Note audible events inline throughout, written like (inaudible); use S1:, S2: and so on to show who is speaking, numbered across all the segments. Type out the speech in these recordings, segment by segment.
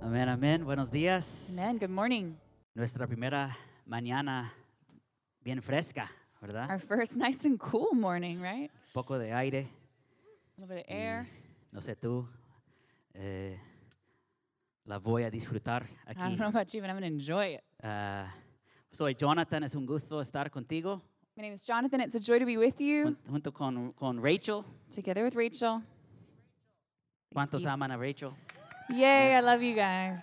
S1: Amén, amén. Buenos días.
S2: Amen. Good morning.
S1: Nuestra primera mañana bien fresca, ¿verdad?
S2: Our first (laughs) nice and cool morning, right?
S1: Un poco de aire.
S2: A little bit of air.
S1: No sé tú. eh, la voy a disfrutar
S2: I
S1: aquí.
S2: don't know about you, but I'm going to enjoy it.
S1: Ah, soy Jonathan. Es un gusto estar contigo.
S2: My name is Jonathan. It's a joy to be with you
S1: jun- Junto con, con Rachel.
S2: together with Rachel.
S1: ¿Cuántos aman a Rachel?
S2: Yay, I love you guys.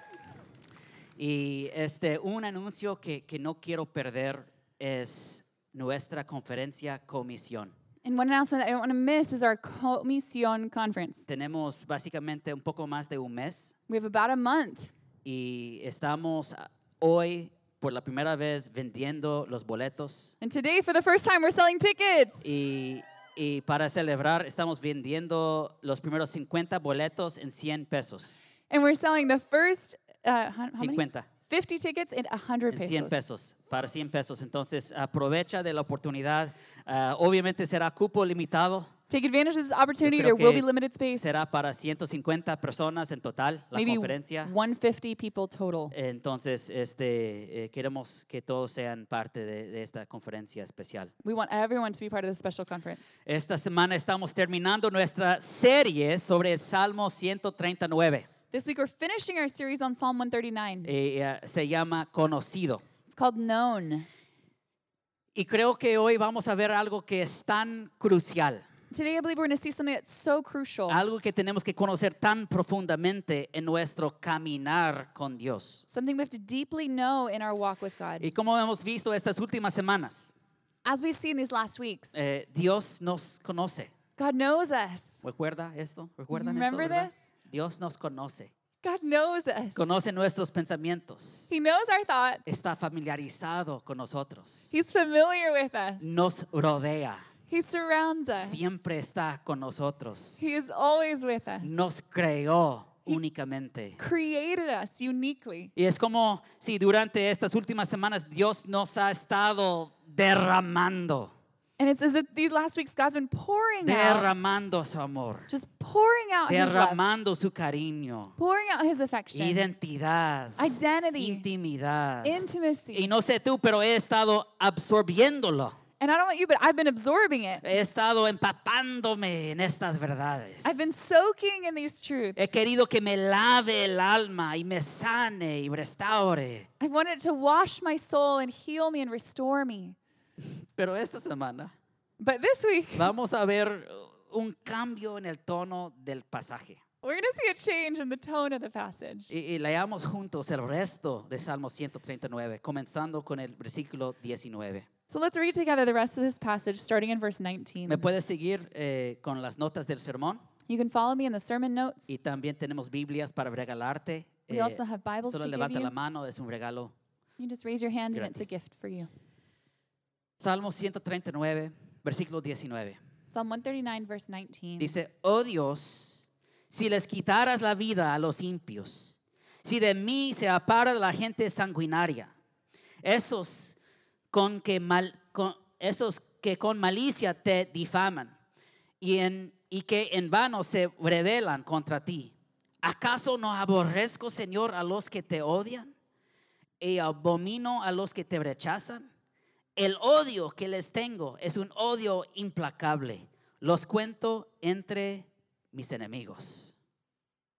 S1: Y este, un anuncio que, que no quiero perder es nuestra conferencia comisión.
S2: And one announcement that I don't want to miss is our Comisión conference.
S1: Tenemos básicamente un poco más de un mes
S2: We have about a month,
S1: y estamos ah, hoy por la primera vez vendiendo los boletos
S2: and today, for the first time, we're selling tickets.
S1: y, y para celebrar estamos vendiendo los primeros 50 boletos en 100 pesos.
S2: And we're selling the first uh, how, how many?
S1: 50.
S2: 50 tickets and 100
S1: En 100
S2: pesos.
S1: pesos, para 100 pesos. Entonces, aprovecha de la oportunidad. Ah, obviamente será cupo limitado.
S2: Take advantage of this
S1: Yo
S2: opportunity.
S1: creo
S2: There will
S1: que
S2: be limited space.
S1: Será para 150 personas en total la
S2: Maybe
S1: conferencia.
S2: 150 people total.
S1: Entonces, este, eh, queremos que todos sean parte de, de esta conferencia especial.
S2: We want everyone to be part of this special conference.
S1: Esta semana estamos terminando nuestra serie sobre el Salmo 139.
S2: This week we're finishing our series on Psalm 139.
S1: Eh, eh, se llama Conocido.
S2: It's called Known.
S1: Y creo que hoy vamos a ver algo que es tan crucial,
S2: Today I believe we're going to see something that's so crucial,
S1: algo que tenemos que conocer tan profundamente en nuestro caminar con Dios.
S2: something we have to deeply know in our walk with God.
S1: Y como hemos visto estas últimas semanas,
S2: As we've seen these last weeks,
S1: eh, Dios nos conoce.
S2: God knows us.
S1: ¿Recuerda esto? ¿Recuerdan
S2: Remember
S1: esto? verdad?
S2: this?
S1: Dios nos conoce.
S2: God knows us.
S1: Conoce nuestros pensamientos.
S2: He knows our thoughts.
S1: Está familiarizado con nosotros.
S2: He's familiar with us.
S1: Nos rodea.
S2: He surrounds us.
S1: Siempre está con nosotros.
S2: He is always with us.
S1: Nos creó únicamente.
S2: Created us uniquely.
S1: Y es como si durante estas últimas semanas Dios nos ha estado derramando,
S2: And it's as if these last weeks God's been pouring out,
S1: derramando su amor,
S2: just pouring out his love,
S1: derramando su cariño,
S2: pouring out his affection,
S1: identidad,
S2: identity,
S1: intimidad.
S2: intimacy.
S1: Y no sé tú, pero he estado absorbiéndolo.
S2: And I don't want you, but I've been absorbing it.
S1: He estado empapándome en estas verdades.
S2: I've been soaking in these truths.
S1: He querido que me lave el alma y me sane y restaure.
S2: I've wanted to wash my soul and heal me and restore me.
S1: Pero esta semana
S2: But this week, (laughs)
S1: vamos a ver un cambio en el tono del pasaje.
S2: we're going to see a change in the tone of the passage.
S1: Y, y leamos juntos el resto de Salmo 139, comenzando con el versículo 19.
S2: So let's read together the rest of this passage, starting in verse 19.
S1: ¿Me puedes seguir eh, con las notas del sermón?
S2: You can follow me in the sermon notes.
S1: Y también tenemos Biblias para regalarte.
S2: We
S1: Eh,
S2: also have Bibles
S1: solo
S2: to give
S1: levanta la
S2: you.
S1: mano, es un regalo
S2: You just raise your hand, and it's a
S1: Gratis.
S2: gift for you.
S1: Salmo 139, versículo 19.
S2: Psalm 139, verse 19.
S1: Dice, oh Dios, si les quitaras la vida a los impios, si de mí se apara la gente sanguinaria, esos, con que, mal- con- esos que con malicia te difaman y, en, y que en vano se rebelan contra ti, ¿acaso no aborrezco, Señor, a los que te odian? y abomino a los que te rechazan. El odio que les tengo es un odio implacable. Los cuento entre mis enemigos.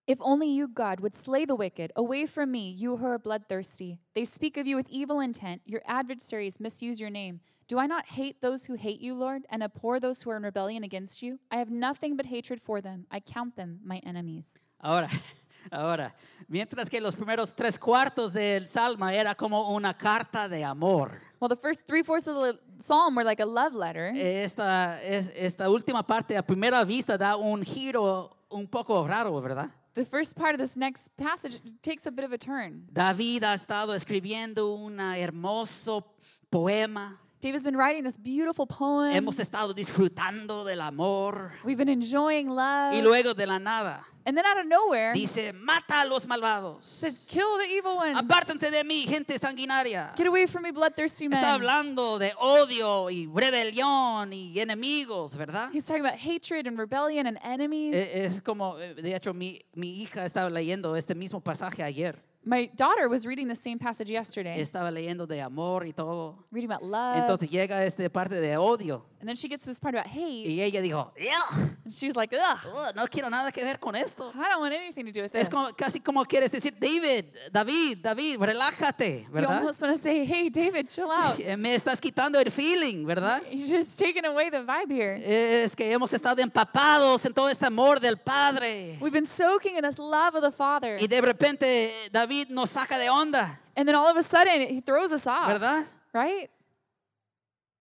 S2: If only you, God, would slay the wicked. Away from me, you who are bloodthirsty. They speak of you with evil intent. Your adversaries misuse your name. Do I not hate those who hate you, Lord, and abhor those who are in rebellion against you? I have nothing but hatred for them. I count them my enemies.
S1: Ahora, (laughs) ahora, mientras que los primeros tres cuartos del Salmo era como una carta de amor,
S2: Well, the first three fourths of the psalm were like a love letter.
S1: esta, es- esta última parte a primera vista da un giro un poco raro, ¿verdad?
S2: The first part of this next passage takes a bit of a turn.
S1: David ha estado escribiendo un hermoso poema
S2: David's been writing this beautiful poem.
S1: Hemos estado disfrutando del amor.
S2: We've been enjoying love.
S1: Y luego de la nada
S2: and then out of nowhere, he
S1: dice, mata a los
S2: says,
S1: malvados.
S2: Kill the evil ones.
S1: Apártense de mí, gente sanguinaria.
S2: Get away from me, bloodthirsty men.
S1: Está hablando de odio y rebelión y enemigos, ¿verdad?
S2: He's talking about hatred and rebellion and enemies.
S1: E- Es como, eh, de hecho, mi, mi hija estaba leyendo este mismo pasaje ayer.
S2: My daughter was reading the same passage yesterday,
S1: Estaba leyendo de amor y todo.
S2: reading about love.
S1: Entonces llega esta parte de odio
S2: and then she gets to this part about hate.
S1: y ella dijo, "Ugh,
S2: and she's like, ugh,
S1: ugh, no quiero nada que ver con esto.
S2: I don't want anything to do with this.
S1: Es como- casi como quieres decir, David, David, David, relájate,
S2: you
S1: ¿verdad?
S2: almost want to say, hey, David, chill
S1: (laughs)
S2: out.
S1: Me estás quitando el feeling, ¿verdad?
S2: You're just taking away the vibe
S1: Eh.
S2: here.
S1: Es que hemos estado empapados en todo este amor del Padre.
S2: We've been soaking in this love of the Father.
S1: Y de repente David nos saca de onda,
S2: And then all of a sudden, he throws us off.
S1: ¿verdad?
S2: Right?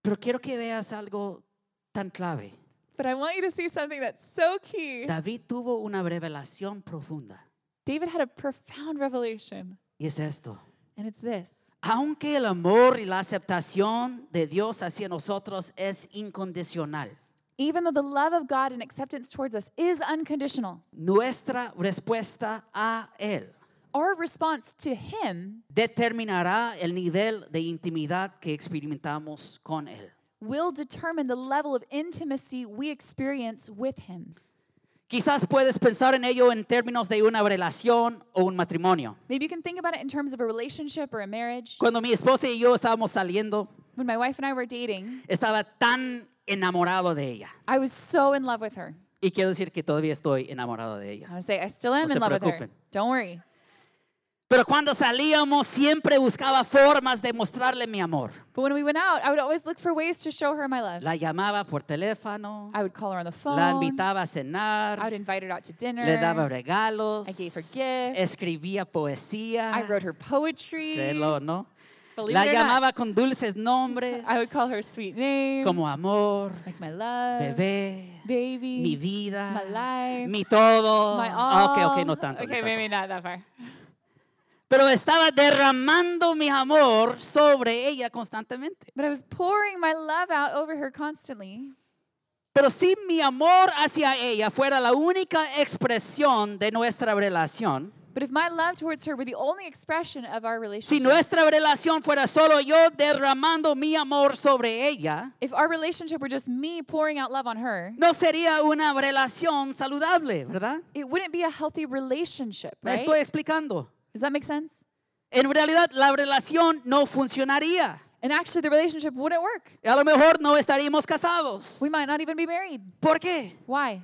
S1: Pero quiero que veas algo tan clave.
S2: But I want you to see something that's so key.
S1: David tuvo una revelación profunda
S2: David had a profound revelation,
S1: y es esto.
S2: and it's this.
S1: Aunque el amor y la aceptación de Dios hacia nosotros es incondicional,
S2: Even though the love of God and acceptance towards us is unconditional,
S1: nuestra respuesta a Él
S2: our response to Him
S1: determinará el nivel de intimidad que experimentamos con Él.
S2: will determine the level of intimacy we experience with Him.
S1: Quizás puedes pensar en ello en términos de una relación o un matrimonio.
S2: Maybe you can think about it in terms of a relationship or a marriage.
S1: Cuando mi esposa y yo estábamos saliendo,
S2: When my wife and I were dating,
S1: estaba tan enamorado de ella.
S2: I was so in love with her.
S1: Y quiero decir que todavía estoy enamorado de
S2: I
S1: ella.
S2: want to say, I still am
S1: No
S2: in
S1: se
S2: love with her.
S1: preocupen.
S2: Don't worry.
S1: Pero cuando salíamos siempre buscaba formas de mostrarle mi amor.
S2: But when we went out, I would always look for ways to show her my love.
S1: La llamaba por teléfono,
S2: I would call her on the phone.
S1: la invitaba a
S2: I would
S1: cenar,
S2: invite her out to dinner.
S1: le daba regalos,
S2: I gave her gifts.
S1: escribía
S2: I
S1: poesía,
S2: wrote her poetry.
S1: créelo, ¿no?
S2: Believe
S1: La
S2: it or not,
S1: llamaba con dulces nombres
S2: I would call her sweet names,
S1: como amor,
S2: like my love,
S1: bebé,
S2: baby,
S1: mi vida,
S2: my life,
S1: mi todo.
S2: my
S1: Ah,
S2: all.
S1: Ok, ok, no tanto. no
S2: Okay,
S1: tanto.
S2: maybe not that far.
S1: Pero estaba derramando mi amor sobre ella constantemente.
S2: But I was pouring my love out over her constantly.
S1: Pero si mi amor hacia ella fuera la única expresión de nuestra relación,
S2: But if my love towards her were the only expression of our
S1: si
S2: relationship,
S1: nuestra relación fuera solo yo derramando mi amor sobre ella,
S2: if our relationship were just me pouring out love on her,
S1: no sería una relación saludable, ¿verdad?
S2: it wouldn't be a healthy relationship,
S1: Me
S2: right?
S1: estoy explicando.
S2: Does that make sense?
S1: En realidad la relación no funcionaría.
S2: And actually, the relationship wouldn't work.
S1: A lo mejor no estaríamos casados.
S2: We might not even be married.
S1: ¿Por qué?
S2: Why?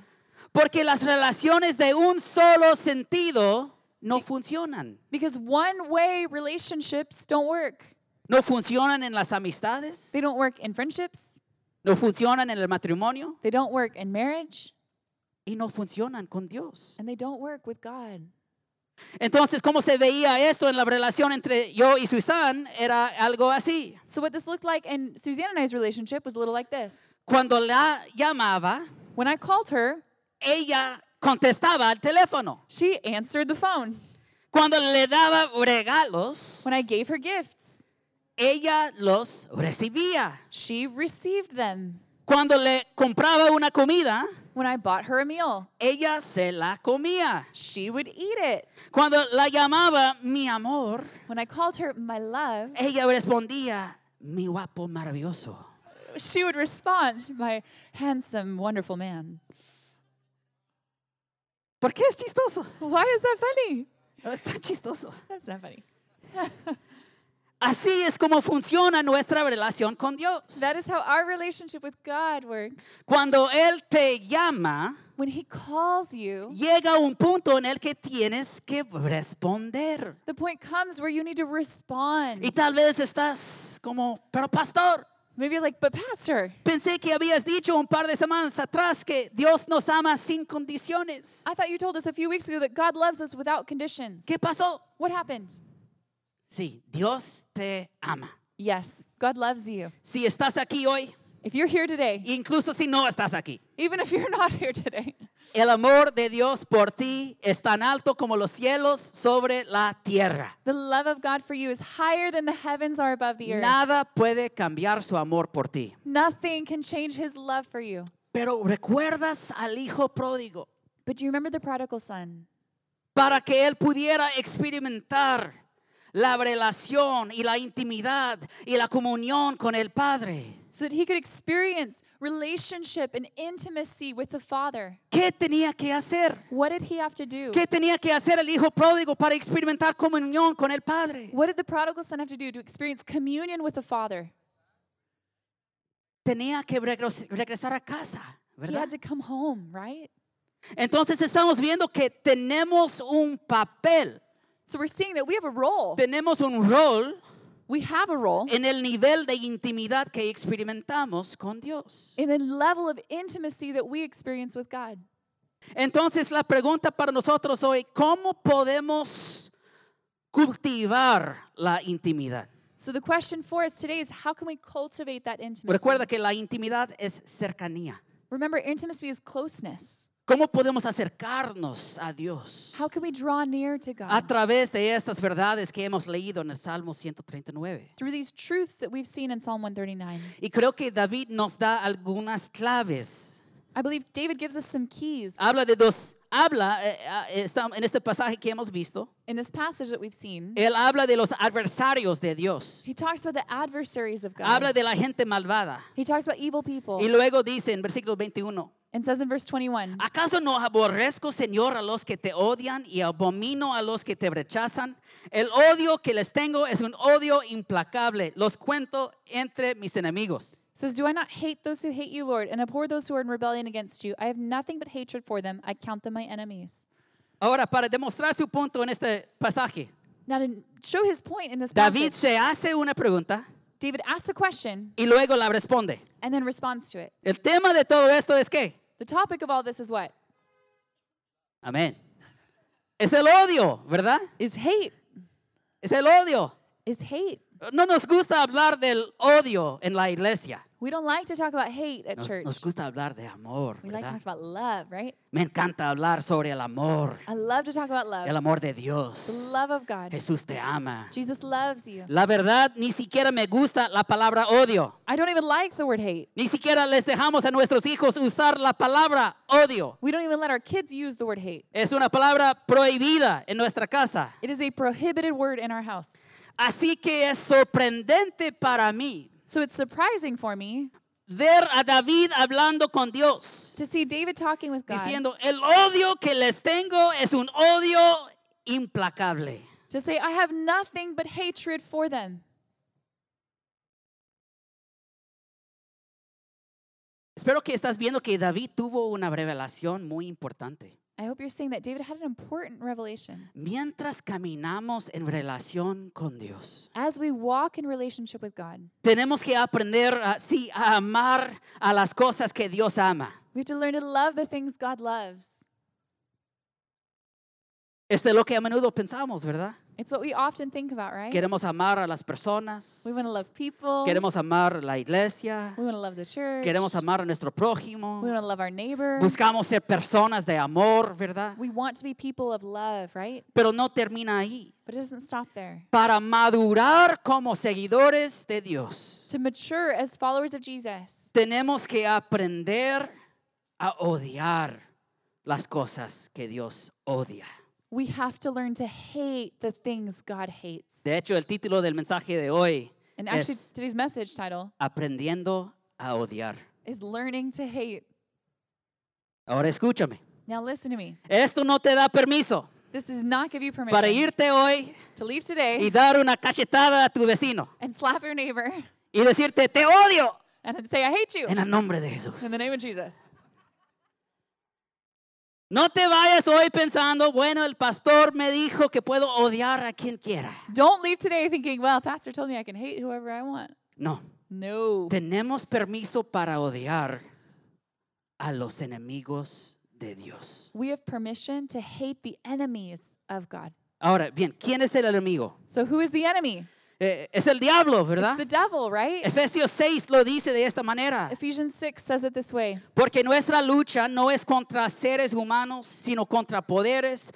S1: Porque las relaciones de un solo sentido no funcionan.
S2: Because one way relationships don't work.
S1: No funcionan en las amistades,
S2: They don't work in friendships,
S1: no funcionan en el matrimonio,
S2: they don't work in marriage,
S1: y no funcionan con Dios.
S2: and they don't work with God.
S1: Entonces, ¿cómo se veía esto en la relación entre yo y Susan? Era algo así.
S2: So, what this looked like in Suzanne and I's relationship was a little like this.
S1: Cuando la llamaba,
S2: When I called her,
S1: ella contestaba al teléfono.
S2: she answered the phone.
S1: Cuando le daba regalos,
S2: When I gave her gifts,
S1: ella los recibía.
S2: she received them.
S1: Cuando le compraba una comida,
S2: When I bought her a meal,
S1: ella se la comía.
S2: she would eat it.
S1: Cuando la llamaba mi amor,
S2: When I called her my love,
S1: ella respondía mi guapo maravilloso.
S2: she would respond, my handsome, wonderful man.
S1: ¿Por qué es chistoso?
S2: Why is that funny?
S1: Está chistoso.
S2: That's not funny.
S1: Así es como funciona nuestra relación con Dios.
S2: That is how our relationship with God works.
S1: Cuando Él te llama,
S2: When He calls you,
S1: llega un punto en el que tienes que responder.
S2: the point comes where you need to
S1: Y
S2: respond.
S1: tal vez estás como, pero pastor,
S2: Maybe you're like, but Pastor,
S1: pensé que habías dicho un par de semanas atrás que Dios nos ama sin condiciones.
S2: I thought you told us a few weeks ago that God loves us without conditions.
S1: ¿Qué pasó?
S2: What happened?
S1: Sí, Dios te ama.
S2: Yes, God loves you.
S1: Si estás aquí hoy,
S2: If you're here today,
S1: incluso si no estás aquí,
S2: even if you're not here today,
S1: El amor de Dios por ti es tan alto como los cielos sobre la tierra.
S2: The love of God for you is higher than the heavens are above the earth.
S1: Nada puede cambiar su amor por ti.
S2: Nothing can change his love for you.
S1: Pero recuerdas al hijo pródigo
S2: But do you remember the prodigal son?
S1: para que él pudiera experimentar la relación y la intimidad y la comunión con el Padre.
S2: So that he could experience relationship and intimacy with the Father.
S1: ¿Qué tenía que hacer?
S2: What did he have to do?
S1: ¿Qué tenía que hacer el hijo pródigo para experimentar comunión con el Padre?
S2: What did the prodigal son have to do to experience communion with the Father?
S1: Tenía que regres- regresar a casa,
S2: He
S1: ¿verdad?
S2: had to come home, right?
S1: Entonces estamos viendo que tenemos un papel,
S2: So we're seeing that we have a role.
S1: tenemos un rol
S2: We have a role
S1: en el nivel de intimidad que experimentamos con Dios.
S2: in the level of intimacy that we experience with God.
S1: Entonces la pregunta para nosotros hoy, ¿cómo podemos cultivar la intimidad?
S2: So the question for us today is how can we cultivate that intimacy?
S1: Recuerda que la intimidad es cercanía.
S2: Remember, intimacy is closeness.
S1: ¿Cómo podemos acercarnos a Dios?
S2: How can we draw near to
S1: A
S2: God?
S1: través de estas verdades que hemos leído en el Salmo 139.
S2: Through these truths that we've seen in Psalm 139.
S1: Y creo que David nos da algunas claves.
S2: I believe David gives us some keys
S1: Habla de dos, habla eh, ah, está en este pasaje que hemos visto.
S2: in this passage that we've seen.
S1: Él habla de los adversarios de Dios.
S2: He talks about the adversaries of
S1: Habla
S2: God.
S1: de la gente malvada.
S2: He talks about evil
S1: Y
S2: people
S1: luego dice en versículo 21,
S2: and says in verse 21,
S1: ¿acaso no aborrezco, Señor, a los que te odian y abomino a los que te rechazan? El odio que les tengo es un odio implacable, los cuento entre mis enemigos.
S2: says, Do I not hate those who hate you, Lord, and abhor those who are in rebellion against you? I have nothing but hatred for them. I count them my enemies.
S1: Ahora, para demostrar su punto en este pasaje,
S2: Now, to show his point in this
S1: David
S2: passage,
S1: se hace una pregunta
S2: David asks a question
S1: y luego la responde.
S2: and then responds to it.
S1: El tema de todo esto es que,
S2: The topic of all this is what?
S1: amén, es el odio, ¿verdad?
S2: Is hate.
S1: Es el odio.
S2: Is hate.
S1: No nos gusta hablar del odio en la iglesia.
S2: We don't like to talk about hate at
S1: Nos,
S2: church.
S1: nos gusta hablar de amor.
S2: We like
S1: ¿verdad?
S2: to talk about love, right?
S1: Me encanta hablar sobre el amor,
S2: I love to talk about love.
S1: el amor de
S2: The
S1: Dios.
S2: love of God.
S1: Jesús te ama.
S2: Jesus loves you.
S1: La verdad, ni siquiera me gusta la palabra odio.
S2: I don't even like the word hate.
S1: Ni siquiera les dejamos a nuestros hijos usar la palabra odio.
S2: We don't even let our kids use the word hate.
S1: Es una palabra prohibida en nuestra casa.
S2: It is a prohibited word in our house.
S1: Así que es sorprendente para mí
S2: So it's surprising for me
S1: ver a David hablando con Dios,
S2: to see David talking with God
S1: diciendo, el odio que les tengo es un odio implacable.
S2: to say, I have nothing but hatred for them.
S1: Espero que estás viendo que David tuvo una revelación muy importante.
S2: I hope you're seeing that David had an important revelation.
S1: Mientras caminamos en relación con Dios,
S2: As we walk in relationship with God,
S1: tenemos que aprender a, sí, a amar a las cosas que Dios ama.
S2: we have to learn to love the things God loves.
S1: Este es lo que a menudo pensamos, ¿verdad?
S2: It's what we often think about, right?
S1: Queremos amar a las personas,
S2: We want to love people.
S1: queremos amar la iglesia,
S2: We want to love the church.
S1: queremos amar a nuestro prójimo,
S2: We want to love our neighbor.
S1: buscamos ser personas de amor, ¿verdad?
S2: We want to be people of love, right?
S1: Pero no termina ahí.
S2: But it doesn't stop there.
S1: Para madurar como seguidores de Dios.
S2: To mature as followers of Jesus,
S1: tenemos que aprender a odiar las cosas que Dios odia.
S2: we have to learn to hate the things God hates.
S1: De hecho, el título del mensaje de hoy
S2: And actually,
S1: es
S2: today's message title
S1: Aprendiendo a odiar.
S2: is Learning to Hate.
S1: Ahora escúchame.
S2: Now, listen to me.
S1: Esto no te da permiso
S2: This does not give you permission Eh.
S1: para irte hoy
S2: to leave
S1: y
S2: today
S1: dar una cachetada a tu vecino
S2: and slap your neighbor (laughs)
S1: y decirte, te odio,
S2: and say, I hate you
S1: en el nombre de Jesús.
S2: in the name of Jesus.
S1: No te vayas hoy pensando, bueno, el pastor me dijo que puedo odiar a quien quiera.
S2: Don't leave today thinking, well, Pastor told me I can hate whoever I want.
S1: No,
S2: No.
S1: tenemos permiso para odiar a los enemigos de Dios.
S2: We have permission to hate the enemies of God.
S1: Ahora, bien, ¿quién es el enemigo?
S2: So, who is the enemy?
S1: Eh, es el diablo,
S2: It's
S1: ¿verdad?
S2: the devil, right?
S1: Efesios 6 lo dice de esta manera.
S2: Ephesians 6 says it this way
S1: Porque nuestra lucha no es contra seres humanos, sino contra poderes,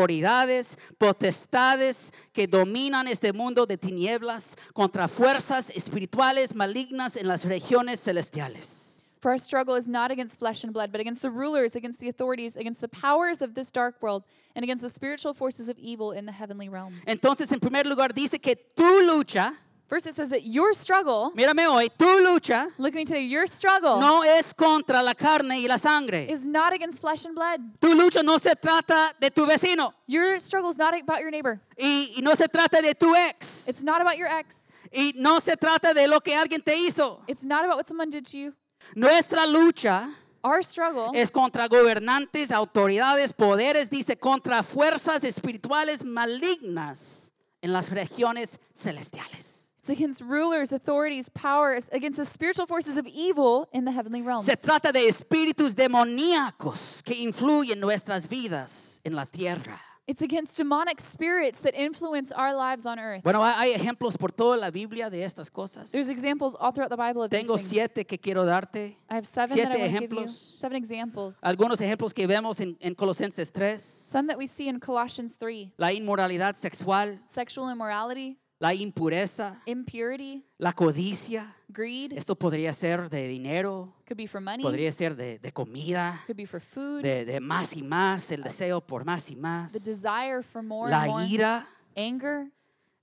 S1: autoridades, potestades que dominan este mundo de tinieblas, contra fuerzas espirituales malignas en las regiones celestiales.
S2: For our struggle is not against flesh and blood, but against the rulers, against the authorities, against the powers of this dark world, and against the spiritual forces of evil in the heavenly realms.
S1: Entonces, en primer lugar, dice que tu lucha,
S2: First, it says that your struggle,
S1: mírame hoy, tu lucha
S2: look at me today, your struggle
S1: no es contra la carne y la sangre.
S2: is not against flesh and blood.
S1: Tu lucha no se trata de tu vecino
S2: Your struggle is not about your neighbor.
S1: y, y no se trata de tu ex
S2: It's not about your ex.
S1: y no se trata de lo que alguien te hizo.
S2: It's not about what someone did to you.
S1: Nuestra lucha
S2: Our struggle
S1: es contra gobernantes, autoridades, poderes, dice, contra fuerzas espirituales malignas en las regiones celestiales.
S2: is against rulers, authorities, powers, against the spiritual forces of evil in the heavenly realms.
S1: Se trata de espíritus demoníacos que influyen nuestras vidas en la tierra.
S2: It's against demonic spirits that influence our lives on earth.
S1: Bueno, hay hay ejemplos por toda la Biblia de estas cosas.
S2: There's examples all throughout the Bible of these
S1: Tengo
S2: things.
S1: siete que quiero darte.
S2: I have seven that I
S1: siete
S2: want to give you.
S1: ejemplos.
S2: Seven examples.
S1: Algunos ejemplos que vemos en, en Colosenses 3.
S2: Some that we see in Colossians 3.
S1: La inmoralidad sexual,
S2: Sexual immorality,
S1: la impureza,
S2: impurity,
S1: la codicia.
S2: greed.
S1: Esto podría ser de dinero,
S2: Could be for money.
S1: podría ser de, de comida,
S2: Could be for food.
S1: de, de más y más, el deseo por más y
S2: the
S1: más,
S2: desire for more and more.
S1: la ira.
S2: Anger.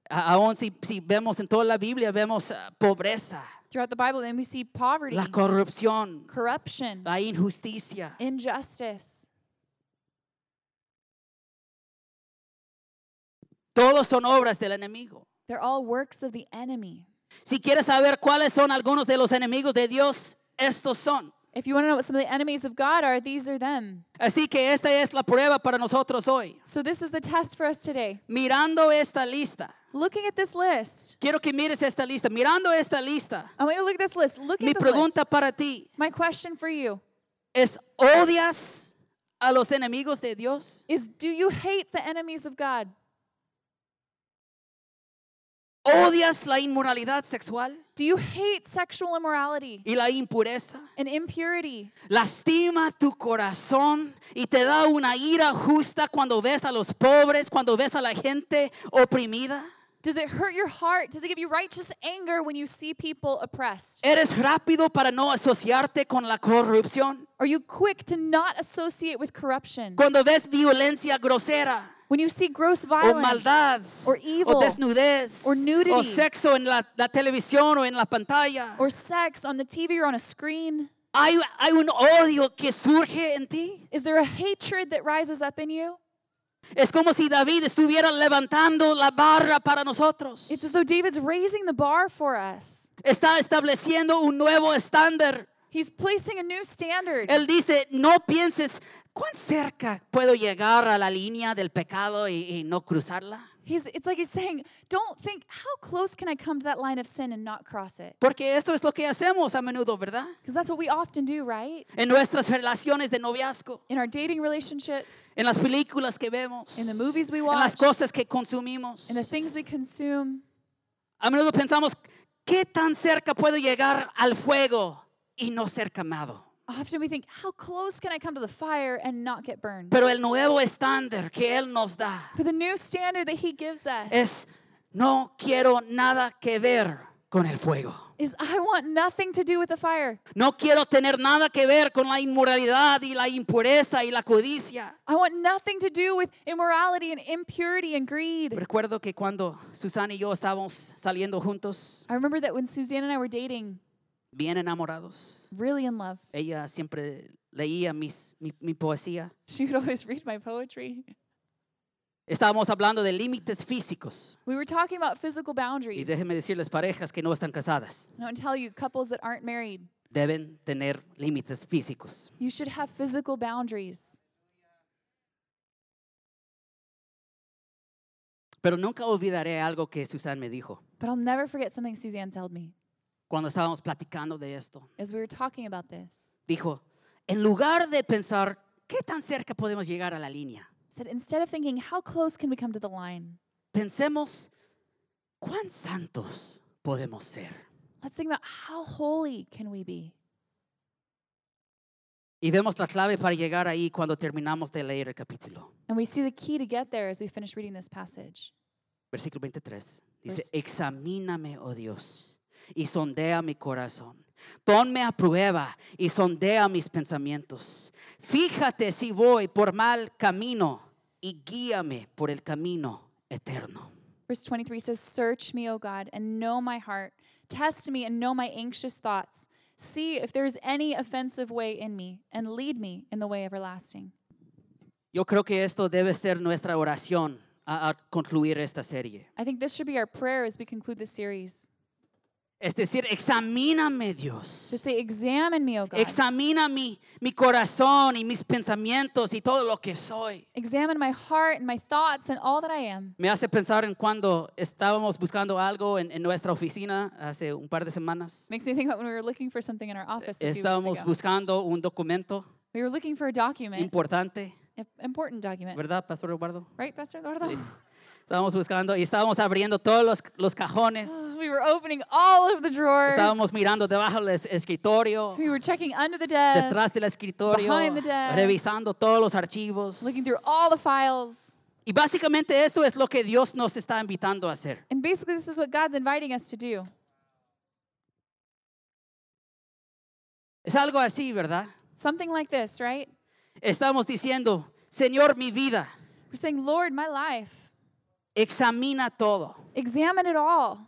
S1: A- Aún si, si vemos en toda la Biblia, vemos ah, pobreza,
S2: Throughout the Bible, then we see poverty,
S1: la corrupción,
S2: corruption,
S1: la injusticia.
S2: injustice.
S1: Todos son obras del enemigo.
S2: They're all works of the enemy.
S1: Si quieres saber cuáles son algunos de los enemigos de Dios, estos son.
S2: If you want to know what some of the enemies of God are, these are them.
S1: Así que esta es la prueba para nosotros hoy.
S2: So this is the test for us today.
S1: Mirando esta lista,
S2: Looking at this list,
S1: quiero que mires esta lista. Mirando esta lista,
S2: I want you to look at this list. Look
S1: mi
S2: at this list.
S1: pregunta para ti,
S2: My question for you
S1: es odias a los enemigos de Dios?
S2: is do you hate the enemies of God?
S1: ¿Odias la inmoralidad sexual
S2: Do you hate sexual immorality
S1: y la impureza?
S2: and impurity?
S1: Lastima tu corazón y te da una ira justa cuando ves a los pobres, cuando ves a la gente oprimida.
S2: Does it hurt your heart? Does it give you righteous anger when you see people oppressed?
S1: ¿Eres rápido para no asociarte con la corrupción?
S2: Are you quick to not associate with corruption?
S1: Cuando ves violencia grosera
S2: When you see gross
S1: o
S2: violence
S1: maldad
S2: or
S1: o
S2: evil
S1: desnudez
S2: or nudity.
S1: o sexo en la, la televisión o en la pantalla,
S2: or sex on the TV or on a screen,
S1: ¿hay, hay un odio que surge en ti?
S2: is there a hatred that rises up in you?
S1: Es como si David estuviera levantando la barra para nosotros.
S2: It's as though David's raising the bar for us.
S1: Está estableciendo un nuevo estándar.
S2: He's placing a new standard.
S1: Él dice, no pienses, ¿cuán cerca puedo llegar a la línea del pecado y, y no cruzarla?
S2: He's, it's like he's saying, don't think, how close can I come to that line of sin and not cross it?
S1: Porque esto es lo que hacemos a menudo, ¿verdad?
S2: Because that's what we often do, right?
S1: En nuestras relaciones de noviazgo,
S2: In our dating relationships,
S1: en las películas que vemos,
S2: in the movies we
S1: en las
S2: watch,
S1: cosas que consumimos.
S2: in the things we consume.
S1: A menudo pensamos, ¿qué tan cerca puedo llegar al fuego y no ser quemado?
S2: Often we think, how close can I come to the fire and not get burned?
S1: Pero el nuevo estándar que Él nos da
S2: For the new standard that he gives us
S1: es no quiero nada que ver con el fuego.
S2: is, I want nothing to do with the fire.
S1: No quiero tener nada que ver con la inmoralidad y la impureza y la codicia.
S2: I want nothing to do with immorality and impurity and greed.
S1: Recuerdo que cuando Susana y yo estábamos saliendo juntos,
S2: I remember that when Suzanne and I were dating,
S1: bien enamorados,
S2: really in love, (laughs)
S1: ella siempre leía mis, mi, mi poesía.
S2: she would always read my poetry.
S1: Estábamos hablando de límites físicos.
S2: We were talking about physical
S1: Y
S2: boundaries. And
S1: déjenme decirles, parejas que no están casadas
S2: I want to tell you, couples that aren't married,
S1: deben tener límites físicos.
S2: you should have physical boundaries.
S1: Pero nunca olvidaré algo que Susana me dijo
S2: But I'll never forget something Suzanne told me
S1: cuando estábamos platicando de esto.
S2: as we were talking about this.
S1: dijo, en lugar de pensar qué tan cerca podemos llegar a la línea,
S2: Said instead of thinking, how close can we come to the line?
S1: pensemos ¿cuán santos podemos ser?
S2: Let's think about how holy can we be?
S1: Y vemos la clave para llegar ahí cuando terminamos de leer el capítulo.
S2: And we see the key to get there as we finish reading this passage.
S1: Versículo 23. Dice,
S2: Vers-
S1: examíname, oh Dios, y sondea mi corazón. Ponme a prueba y sondea mis pensamientos. Fíjate si voy por mal camino y guíame por el camino eterno.
S2: Verse 23 says, Search me, O God, and know my heart. Test me and know my anxious thoughts. See if there is any offensive way in me, and lead me in the way everlasting.
S1: Yo creo que esto debe ser nuestra oración a- al concluir esta serie.
S2: I think this should be our prayer as we conclude this series
S1: Es decir, examíname Dios.
S2: to say, Examine me, O God.
S1: Examina mi, mi corazón y mis pensamientos y todo lo que soy.
S2: Examine my heart and my thoughts and all that I am.
S1: Me hace pensar en cuando estábamos buscando algo en, en nuestra oficina hace un par de semanas.
S2: Makes me think about when we were looking for something in our office. A few weeks
S1: Estábamos
S2: ago.
S1: buscando un documento
S2: We were looking for a document,
S1: importante,
S2: an important document,
S1: ¿verdad, Pastor Eduardo?
S2: right, Pastor Eduardo?
S1: Estábamos buscando y estábamos abriendo todos los, los cajones.
S2: (laughs) We were opening all of the drawers.
S1: Estábamos mirando debajo del es- escritorio,
S2: We were checking under the desk.
S1: detrás del escritorio,
S2: Behind the desk.
S1: revisando todos los archivos.
S2: looking through all the files.
S1: Y básicamente esto es lo que Dios nos está invitando a hacer.
S2: And basically, this is what God's inviting us to do.
S1: Es algo así, ¿verdad?
S2: Something like this, right?
S1: Estamos diciendo, Señor, mi vida,
S2: We're saying, Lord, my life,
S1: examina todo.
S2: examine it all,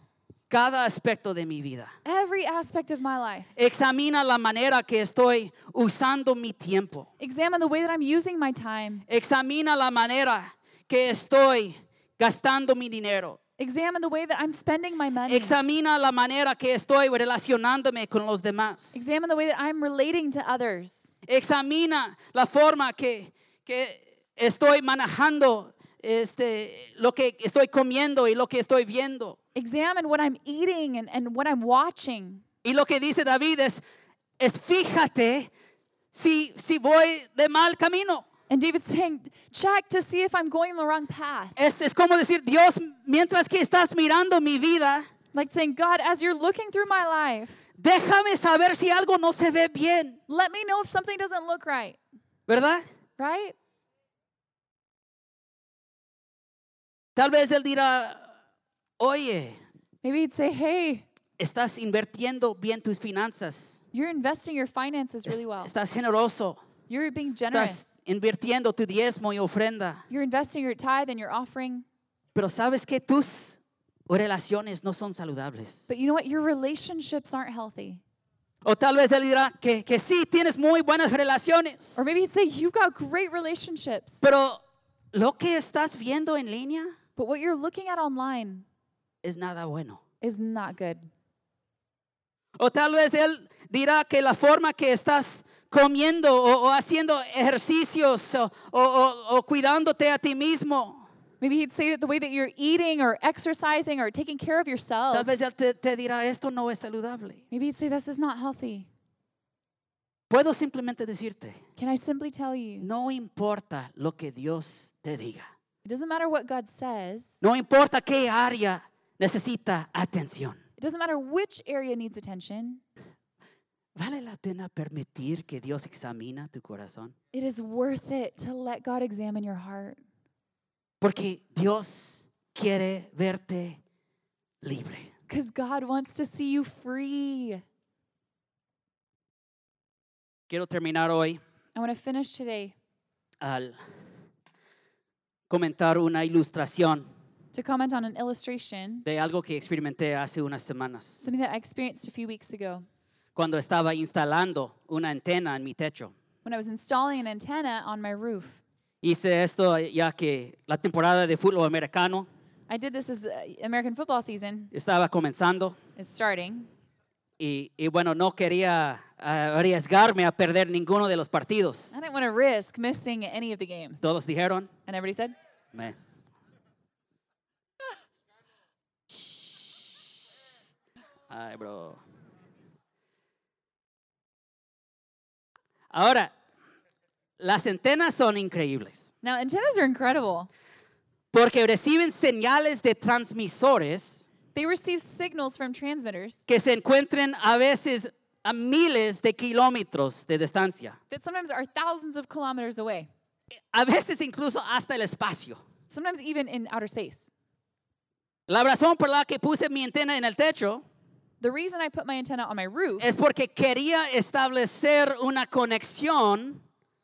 S1: cada aspecto de mi vida.
S2: every aspect of my life.
S1: Examina la manera que estoy usando mi tiempo.
S2: Examine the way that I'm using my time.
S1: Examina la manera que estoy gastando mi dinero.
S2: Examine the way that I'm spending my money.
S1: Examina la manera que estoy relacionándome con los demás.
S2: Examine the way that I'm relating to others.
S1: Examina la forma que, que estoy manejando este, lo que estoy comiendo y lo que estoy viendo.
S2: Examine what I'm eating and, and what I'm watching.
S1: Y lo que dice David es, es fíjate si, si voy de mal camino.
S2: And David's saying, check to see if I'm going in the wrong path.
S1: Es, es como decir, Dios, mientras que estás mirando mi vida,
S2: Like saying, God, as you're looking through my life,
S1: déjame saber si algo no se ve bien,
S2: let me know if something doesn't look right,
S1: ¿verdad?
S2: right?
S1: Tal vez Él dirá, oye,
S2: Maybe he'd say, hey,
S1: estás invirtiendo bien tus finanzas,
S2: You're investing your finances
S1: Es-
S2: really well.
S1: estás generoso,
S2: You're being
S1: estás
S2: generous.
S1: invirtiendo tu diezmo y ofrenda,
S2: You're investing your tithe and your offering.
S1: pero sabes que tus relaciones no son saludables.
S2: But you know what? Your relationships aren't healthy.
S1: O tal vez Él dirá que, que sí, tienes muy buenas relaciones,
S2: Or maybe he'd say, You've got great relationships,
S1: pero lo que estás viendo en línea
S2: but what you're looking at online
S1: es nada bueno.
S2: is not good.
S1: O tal vez él dirá que la forma que estás comiendo o, o haciendo ejercicios o, o- o- o cuidándote a ti mismo,
S2: Maybe he'd say that the way that you're eating or exercising or taking care of
S1: tal
S2: yourself,
S1: vez él te, te dirá, esto no es saludable.
S2: maybe he'd say, This is not healthy.
S1: Puedo simplemente decirte,
S2: Can I simply tell you?
S1: no importa lo que Dios te diga,
S2: It doesn't matter what God says,
S1: no importa qué área necesita atención,
S2: it doesn't matter which area needs attention.
S1: vale la pena permitir que Dios examina tu corazón,
S2: It is worth it to let God examine your heart
S1: porque Dios quiere verte libre.
S2: because God wants to see you free.
S1: Quiero terminar hoy
S2: I want to finish today
S1: al comentar una ilustración
S2: to comment on an illustration,
S1: de algo que experimenté hace unas semanas
S2: something that I experienced a few weeks ago
S1: cuando estaba instalando una antena en mi techo.
S2: when I was installing an antenna on my roof.
S1: Hice esto ya que la temporada de fútbol americano
S2: I did this as uh, American football season
S1: estaba comenzando
S2: is starting,
S1: y, y bueno, no quería ah, arriesgarme a perder ninguno de los partidos.
S2: I didn't want to risk missing any of the games.
S1: Todos dijeron,
S2: And everybody said,
S1: "Me". Ay, bro. Ahora, las antenas son increíbles
S2: Now, antennas are incredible
S1: porque reciben señales de transmisores
S2: They receive signals from transmitters
S1: que se encuentren a veces a miles de kilómetros de distancia,
S2: that sometimes are thousands of kilometers away,
S1: a veces incluso hasta el espacio.
S2: sometimes even in outer space.
S1: La razón por la que puse mi antena en el techo
S2: The reason I put my antenna on my roof
S1: es porque quería establecer una conexión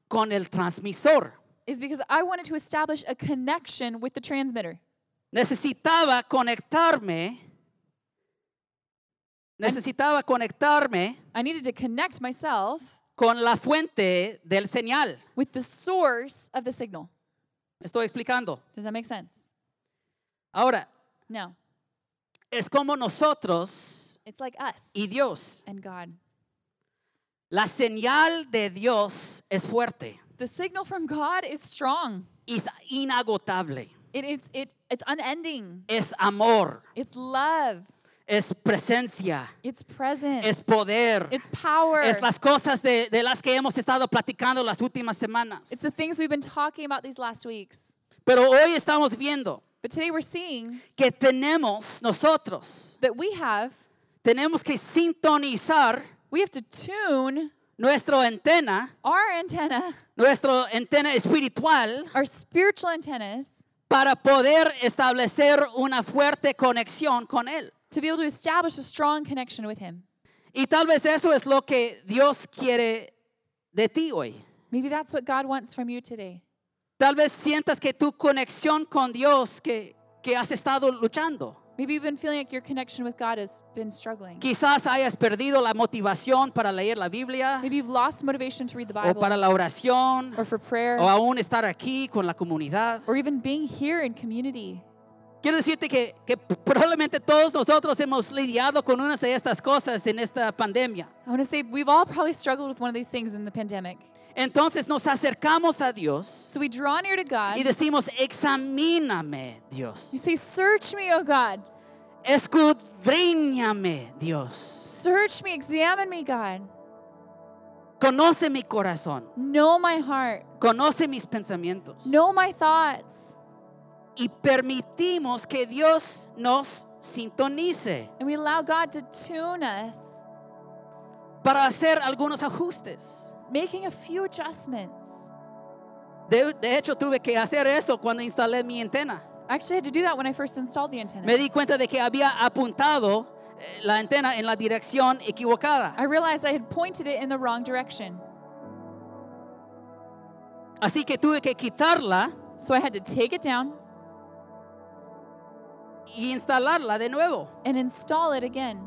S1: con el transmisor.
S2: is because I wanted to establish a connection with the transmitter.
S1: Necesitaba conectarme. Necesitaba conectarme
S2: I needed to connect myself
S1: con la fuente del señal.
S2: with the source of the signal.
S1: Me estoy explicando.
S2: Does that make sense?
S1: Ahora,
S2: No.
S1: es como nosotros
S2: It's like us
S1: y Dios.
S2: and God.
S1: La señal de Dios es fuerte
S2: The signal from God is strong.
S1: y es inagotable.
S2: It, it's, it, it's unending.
S1: Es amor,
S2: It's love.
S1: es presencia,
S2: It's presence.
S1: es poder.
S2: it's power.
S1: Es las cosas de, de las que hemos estado platicando las últimas semanas.
S2: it's the things we've been talking about these last weeks.
S1: Pero hoy estamos viendo
S2: But today we're seeing
S1: que tenemos nosotros,
S2: that we have,
S1: tenemos que sintonizar
S2: we have to tune
S1: nuestra antena,
S2: our antenna,
S1: nuestra antena espiritual,
S2: our spiritual antennas,
S1: para poder establecer una fuerte conexión con Él.
S2: to be able to establish a strong connection with Him.
S1: Y tal vez eso es lo que Dios quiere de ti hoy.
S2: Maybe that's what God wants from you today.
S1: Tal vez sientas que tu conexión con Dios que, que has estado luchando.
S2: Maybe you've been feeling like your connection with God has been struggling.
S1: Quizás hayas perdido la motivación para leer la Biblia
S2: Maybe you've lost motivation to read the
S1: o
S2: Bible
S1: para la oración
S2: or for prayer
S1: o aún estar aquí con la comunidad.
S2: or even being here in community.
S1: Quiero decirte que, que probablemente todos nosotros hemos lidiado con una de estas cosas en esta pandemia.
S2: I want to say we've all probably struggled with one of these things in the pandemic.
S1: Entonces nos acercamos a Dios
S2: So we draw near to God.
S1: y decimos, examíname Dios,
S2: You say, Search me, O God.
S1: escudriñame Dios,
S2: Search me, examine me, God.
S1: conoce mi corazón,
S2: Know my heart.
S1: conoce mis pensamientos.
S2: Know my thoughts.
S1: Y permitimos que Dios nos sintonice.
S2: And we allow God to tune us,
S1: para hacer algunos ajustes.
S2: making a few adjustments.
S1: De, de hecho, tuve que hacer eso cuando instalé mi antena.
S2: I actually had to do that when I first installed the antenna.
S1: Me di cuenta de que había apuntado eh, la antena en la dirección equivocada.
S2: I realized I had pointed it in the wrong direction.
S1: Así que tuve que quitarla
S2: So I had to take it down
S1: y instalarla de nuevo.
S2: and install it again.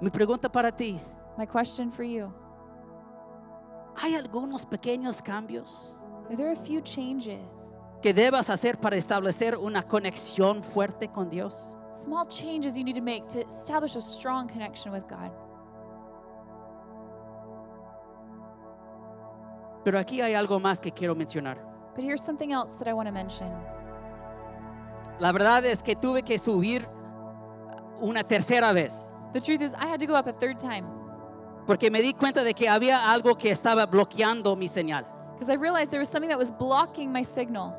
S1: Mi pregunta para ti,
S2: My question for you
S1: ¿hay algunos pequeños cambios
S2: Are there a few changes,
S1: que debas hacer para establecer una conexión fuerte con Dios?
S2: small changes you need to make to establish a strong connection with God?
S1: Pero aquí hay algo más que quiero mencionar.
S2: But here's something else that I want to mention.
S1: La verdad es que tuve que subir una tercera vez.
S2: The truth is, I had to go up a third time
S1: porque me di cuenta de que había algo que estaba bloqueando mi señal.
S2: because I realized there was something that was blocking my signal.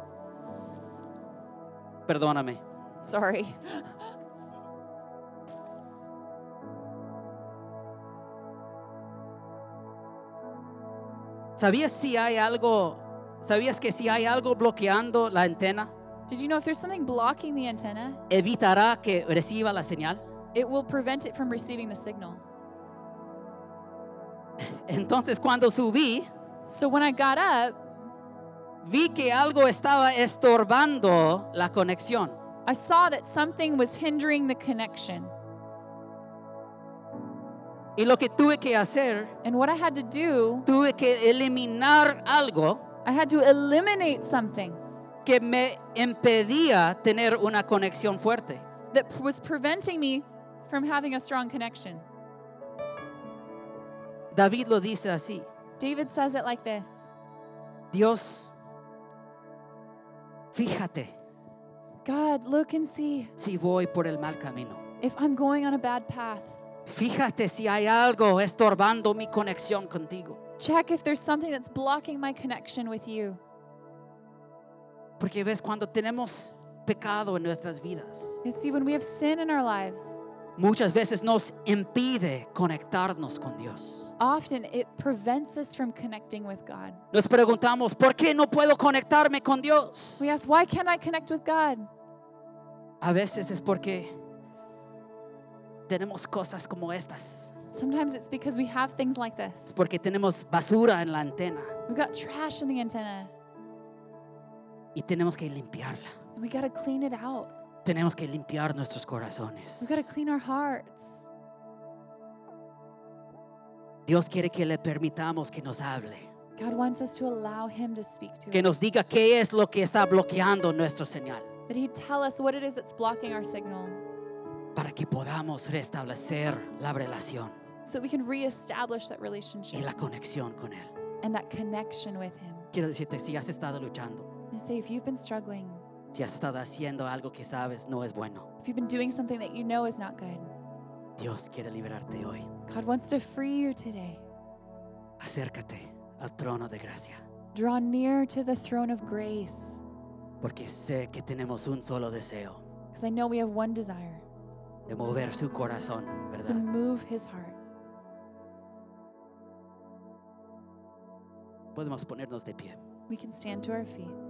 S1: Perdóname.
S2: Sorry.
S1: ¿Sabías si hay algo, sabías que si hay algo bloqueando la antena,
S2: Did you know if there's something blocking the antenna,
S1: evitará que reciba la señal?
S2: it will prevent it from receiving the signal?
S1: Entonces cuando subí,
S2: So when I got up,
S1: vi que algo estaba estorbando la conexión.
S2: I saw that something was hindering the connection.
S1: Y lo que tuve que hacer,
S2: And what I had to do,
S1: tuve que eliminar algo
S2: I had to eliminate something
S1: que me impedía tener una conexión fuerte.
S2: that p- was preventing me from having a strong connection.
S1: David lo dice así.
S2: David says it like this
S1: Dios, fíjate
S2: God, look and see
S1: si voy por el mal camino.
S2: if I'm going on a bad path.
S1: Fíjate si hay algo estorbando mi conexión contigo.
S2: Check if there's something that's blocking my connection with you.
S1: Porque ves, cuando tenemos pecado en nuestras vidas,
S2: You see, when we have sin in our lives,
S1: muchas veces nos impide conectarnos con Dios.
S2: often it prevents us from connecting with God.
S1: Nos preguntamos, ¿por qué no puedo conectarme con Dios?
S2: We ask, why can't I connect with God?
S1: A veces es porque tenemos cosas como estas,
S2: Sometimes it's because we have things like this.
S1: porque tenemos basura en la antena
S2: We've got trash in the antenna,
S1: y tenemos que limpiarla.
S2: and we got to clean it out.
S1: Tenemos que limpiar nuestros corazones.
S2: We've got to clean our hearts.
S1: Dios quiere que le permitamos que nos hable,
S2: God wants us to allow Him to speak to
S1: que
S2: us,
S1: nos diga qué es lo que está bloqueando nuestro señal,
S2: that He'd tell us what it is that's blocking our signal
S1: para que podamos restablecer la relación
S2: so that we can reestablish that relationship
S1: y la conexión con Él.
S2: and that connection with Him.
S1: Quiero decirte, si has estado luchando,
S2: And say, if you've been struggling,
S1: si has estado haciendo algo que sabes no es bueno,
S2: if you've been doing something that you know is not good,
S1: Dios quiere liberarte hoy.
S2: God wants to free you today.
S1: Acércate al trono de gracia,
S2: Draw near to the throne of grace
S1: porque sé que tenemos un solo deseo,
S2: because I know we have one desire
S1: de mover su corazón,
S2: to
S1: ¿verdad?
S2: move His heart.
S1: Podemos ponernos de pie.
S2: We can stand to our feet.